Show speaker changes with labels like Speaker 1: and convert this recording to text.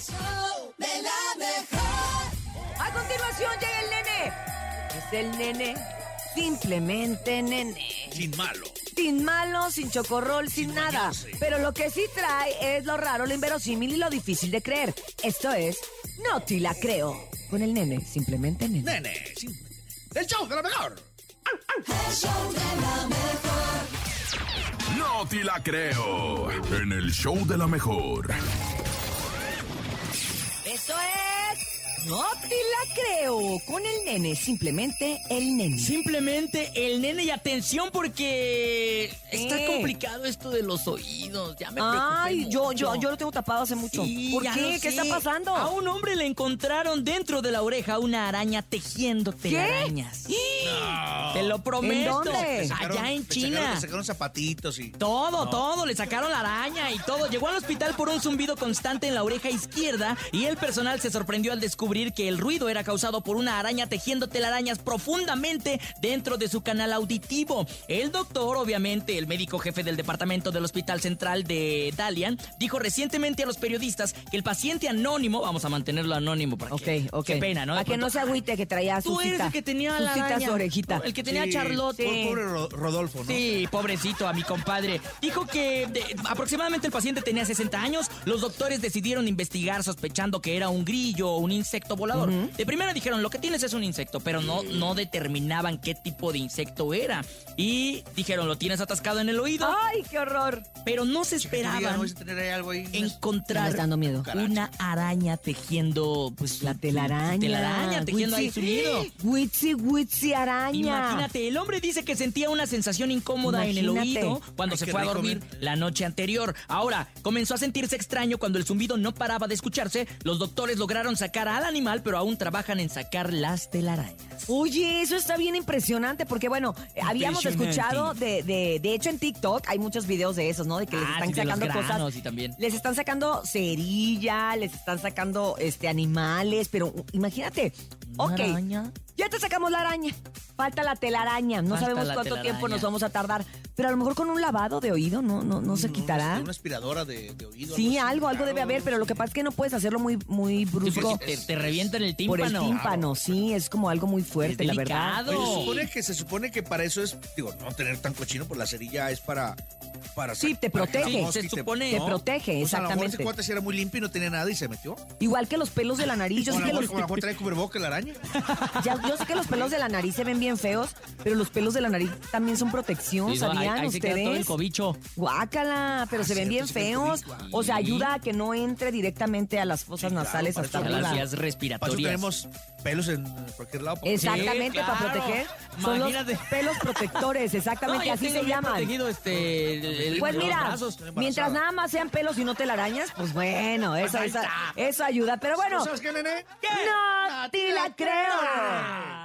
Speaker 1: show de la mejor.
Speaker 2: A continuación llega el nene. Es el nene. Simplemente nene.
Speaker 3: Sin malo.
Speaker 2: Sin malo, sin chocorrol, sin,
Speaker 3: Sin
Speaker 2: nada.
Speaker 3: bañarse.
Speaker 2: Pero lo que sí trae es lo raro, lo inverosímil y lo difícil de creer. Esto es No te la creo. Con el nene, simplemente nene.
Speaker 3: Nene. Sin... El show de la mejor.
Speaker 4: No te la creo. En el show de la mejor.
Speaker 2: Esto es No te la creo. Con el nene, simplemente el nene.
Speaker 5: Simplemente el nene y atención porque
Speaker 2: ¿Qué?
Speaker 5: está complicado esto de los oídos. Ya me
Speaker 2: Ay,
Speaker 5: preocupé
Speaker 2: yo,
Speaker 5: mucho.
Speaker 2: yo, yo lo tengo tapado hace mucho.
Speaker 5: Sí,
Speaker 2: ¿Por
Speaker 5: ya
Speaker 2: qué?
Speaker 5: lo
Speaker 2: ¿Qué
Speaker 5: sé.
Speaker 2: está pasando?
Speaker 5: A un hombre le encontraron dentro de la oreja una araña tejiendo telarañas. Te lo prometo.
Speaker 2: dónde?
Speaker 3: Le sacaron-
Speaker 5: Allá en
Speaker 3: le Sacaron,
Speaker 5: China.
Speaker 3: le sacaron zapatitos y.
Speaker 5: Todo, todo, le sacaron la araña y todo. Llegó al hospital por un zumbido constante en la oreja izquierda y el personal se sorprendió al descubrir que el ruido era causado por una araña tejiendo telarañas profundamente dentro de su canal auditivo. El doctor, obviamente, el médico jefe del departamento del Hospital Central de Dalian, dijo recientemente a los periodistas que el paciente anónimo, vamos a mantenerlo anónimo para
Speaker 2: Ok,
Speaker 5: que,
Speaker 2: ok.
Speaker 5: qué pena, ¿no? De
Speaker 2: A que
Speaker 5: pronto,
Speaker 2: no se agüite que traía su
Speaker 5: Tú eres el que tenía la araña.
Speaker 2: su orejita.
Speaker 5: El que tenía a
Speaker 3: Sí,
Speaker 5: Charlotte. eh,
Speaker 3: pobre- Pobre Ro- Rodolfo, ¿no?
Speaker 5: Sí, pobrecito a mi compadre. Dijo que de- aproximadamente el paciente tenía 60 años. Los doctores decidieron investigar sospechando que era un grillo o un insecto volador. De primera dijeron, lo que tienes es un insecto, pero no, no determinaban qué tipo de insecto era. Y dijeron, lo tienes atascado en el oído,
Speaker 2: Ay, qué horror.
Speaker 5: pero no se
Speaker 3: Que te digan,
Speaker 5: esperaban
Speaker 3: "Oye, si tener ahí algo ahí. unas-
Speaker 2: Me
Speaker 5: encontrar
Speaker 2: está dando miedo.
Speaker 5: una araña tejiendo pues
Speaker 2: La
Speaker 5: su- su-
Speaker 2: telaraña.
Speaker 5: telaraña tejiendo ahí
Speaker 2: Witsi-
Speaker 5: su nido.
Speaker 2: Witsi, witsi araña.
Speaker 5: Imagínate, el hombre dice que sentía una sensación incómoda en
Speaker 2: Imagínate.
Speaker 5: el oído cuando
Speaker 3: Ay,
Speaker 5: se
Speaker 3: qué
Speaker 5: fue a
Speaker 3: rico,
Speaker 5: dormir
Speaker 3: mira.
Speaker 5: la noche anterior. Ahora, comenzó a sentirse extraño cuando el zumbido no paraba de escucharse. Los doctores lograron sacar al animal, pero aún trabajan en sacar las telarañas.
Speaker 2: Oye, eso está bien impresionante porque, bueno, eh, habíamos
Speaker 5: Impresionante.
Speaker 2: escuchado de, de, de hecho en TikTok hay muchos videos de esos, ¿no? De que les
Speaker 5: Ah,
Speaker 2: están
Speaker 5: sí, de los
Speaker 2: sacando
Speaker 5: granos
Speaker 2: cosas.
Speaker 5: y también.
Speaker 2: Les están sacando cerilla, les están sacando este animales, pero uh, imagínate,
Speaker 5: Una
Speaker 2: ok,
Speaker 5: araña.
Speaker 2: ya te sacamos la araña, falta la telaraña, no
Speaker 5: Falta
Speaker 2: sabemos
Speaker 5: la
Speaker 2: cuánto tiempo
Speaker 5: telaraña.
Speaker 2: nos vamos a tardar, pero a lo mejor con un lavado de oído no, no, no se
Speaker 3: unas-
Speaker 2: quitará.
Speaker 3: este, Una aspiradora de, de oído.
Speaker 2: Sí,
Speaker 3: así,
Speaker 2: algo, algo
Speaker 3: claro,
Speaker 2: debe haber, pero lo que
Speaker 3: sí.
Speaker 2: pasa es que no puedes hacerlo muy, muy
Speaker 5: Sí,
Speaker 2: brusco
Speaker 5: porque te, te revientan el
Speaker 2: por el
Speaker 5: tímpano.
Speaker 2: tímpano, sí, es como algo muy fuerte, la verdad.
Speaker 5: delicado.
Speaker 3: Oye, se supone que se supone que para eso es, digo, no tener tan cochino, pues la cerilla es para. para
Speaker 2: Sí,
Speaker 3: sac-
Speaker 2: te
Speaker 3: para que la
Speaker 2: protege.
Speaker 3: mosca
Speaker 5: Se
Speaker 3: y
Speaker 5: supone-
Speaker 2: Te
Speaker 3: ¿no?
Speaker 2: protege,
Speaker 3: O sea, a lo mejor ese
Speaker 2: exactamente.
Speaker 3: cuate sí era muy limpio y no tenía nada y se metió.
Speaker 2: Igual que los pelos de la nariz, yo
Speaker 3: O a
Speaker 2: sé
Speaker 3: lo
Speaker 2: que
Speaker 3: mejor-
Speaker 2: los,
Speaker 3: o a lo mejor trae cubreboca la araña.
Speaker 2: ya- yo sé que los pelos de la nariz se ven bien feos, pero los pelos de la nariz también son protección,
Speaker 5: Sí, no, ahí-
Speaker 2: ¿sabían
Speaker 5: ahí se queda todo el
Speaker 2: ustedes?
Speaker 5: cobicho.
Speaker 2: Guácala, pero
Speaker 3: Ah,
Speaker 2: se ven bien
Speaker 3: cierto, se queda el
Speaker 2: feos.
Speaker 3: cobicho ahí.
Speaker 2: O sea, ayuda a que no entre directamente a las fosas
Speaker 3: Sí, claro,
Speaker 2: nasales
Speaker 3: para
Speaker 2: hasta
Speaker 3: eso-
Speaker 5: Para las
Speaker 2: arriba.
Speaker 5: vías
Speaker 3: Para eso
Speaker 5: respiratorias.
Speaker 3: tenemos pelos en cualquier lado. para-
Speaker 5: Exacto.
Speaker 2: Exactamente,
Speaker 5: Sí,
Speaker 2: para
Speaker 5: claro.
Speaker 2: proteger. Son
Speaker 5: Imagínate.
Speaker 2: los pelos protectores, exactamente,
Speaker 5: No, ya
Speaker 2: así
Speaker 5: tengo
Speaker 2: se
Speaker 5: bien
Speaker 2: llaman.
Speaker 5: protegido, este, el- el-
Speaker 2: Pues
Speaker 5: los
Speaker 2: mira,
Speaker 5: brazos.
Speaker 2: mientras nada más sean pelos y no telarañas, pues bueno, eso,
Speaker 5: ahí
Speaker 2: esa-
Speaker 5: está.
Speaker 2: eso ayuda. Pero bueno,
Speaker 3: ¿Sabes qué, nene?
Speaker 2: no te la creo.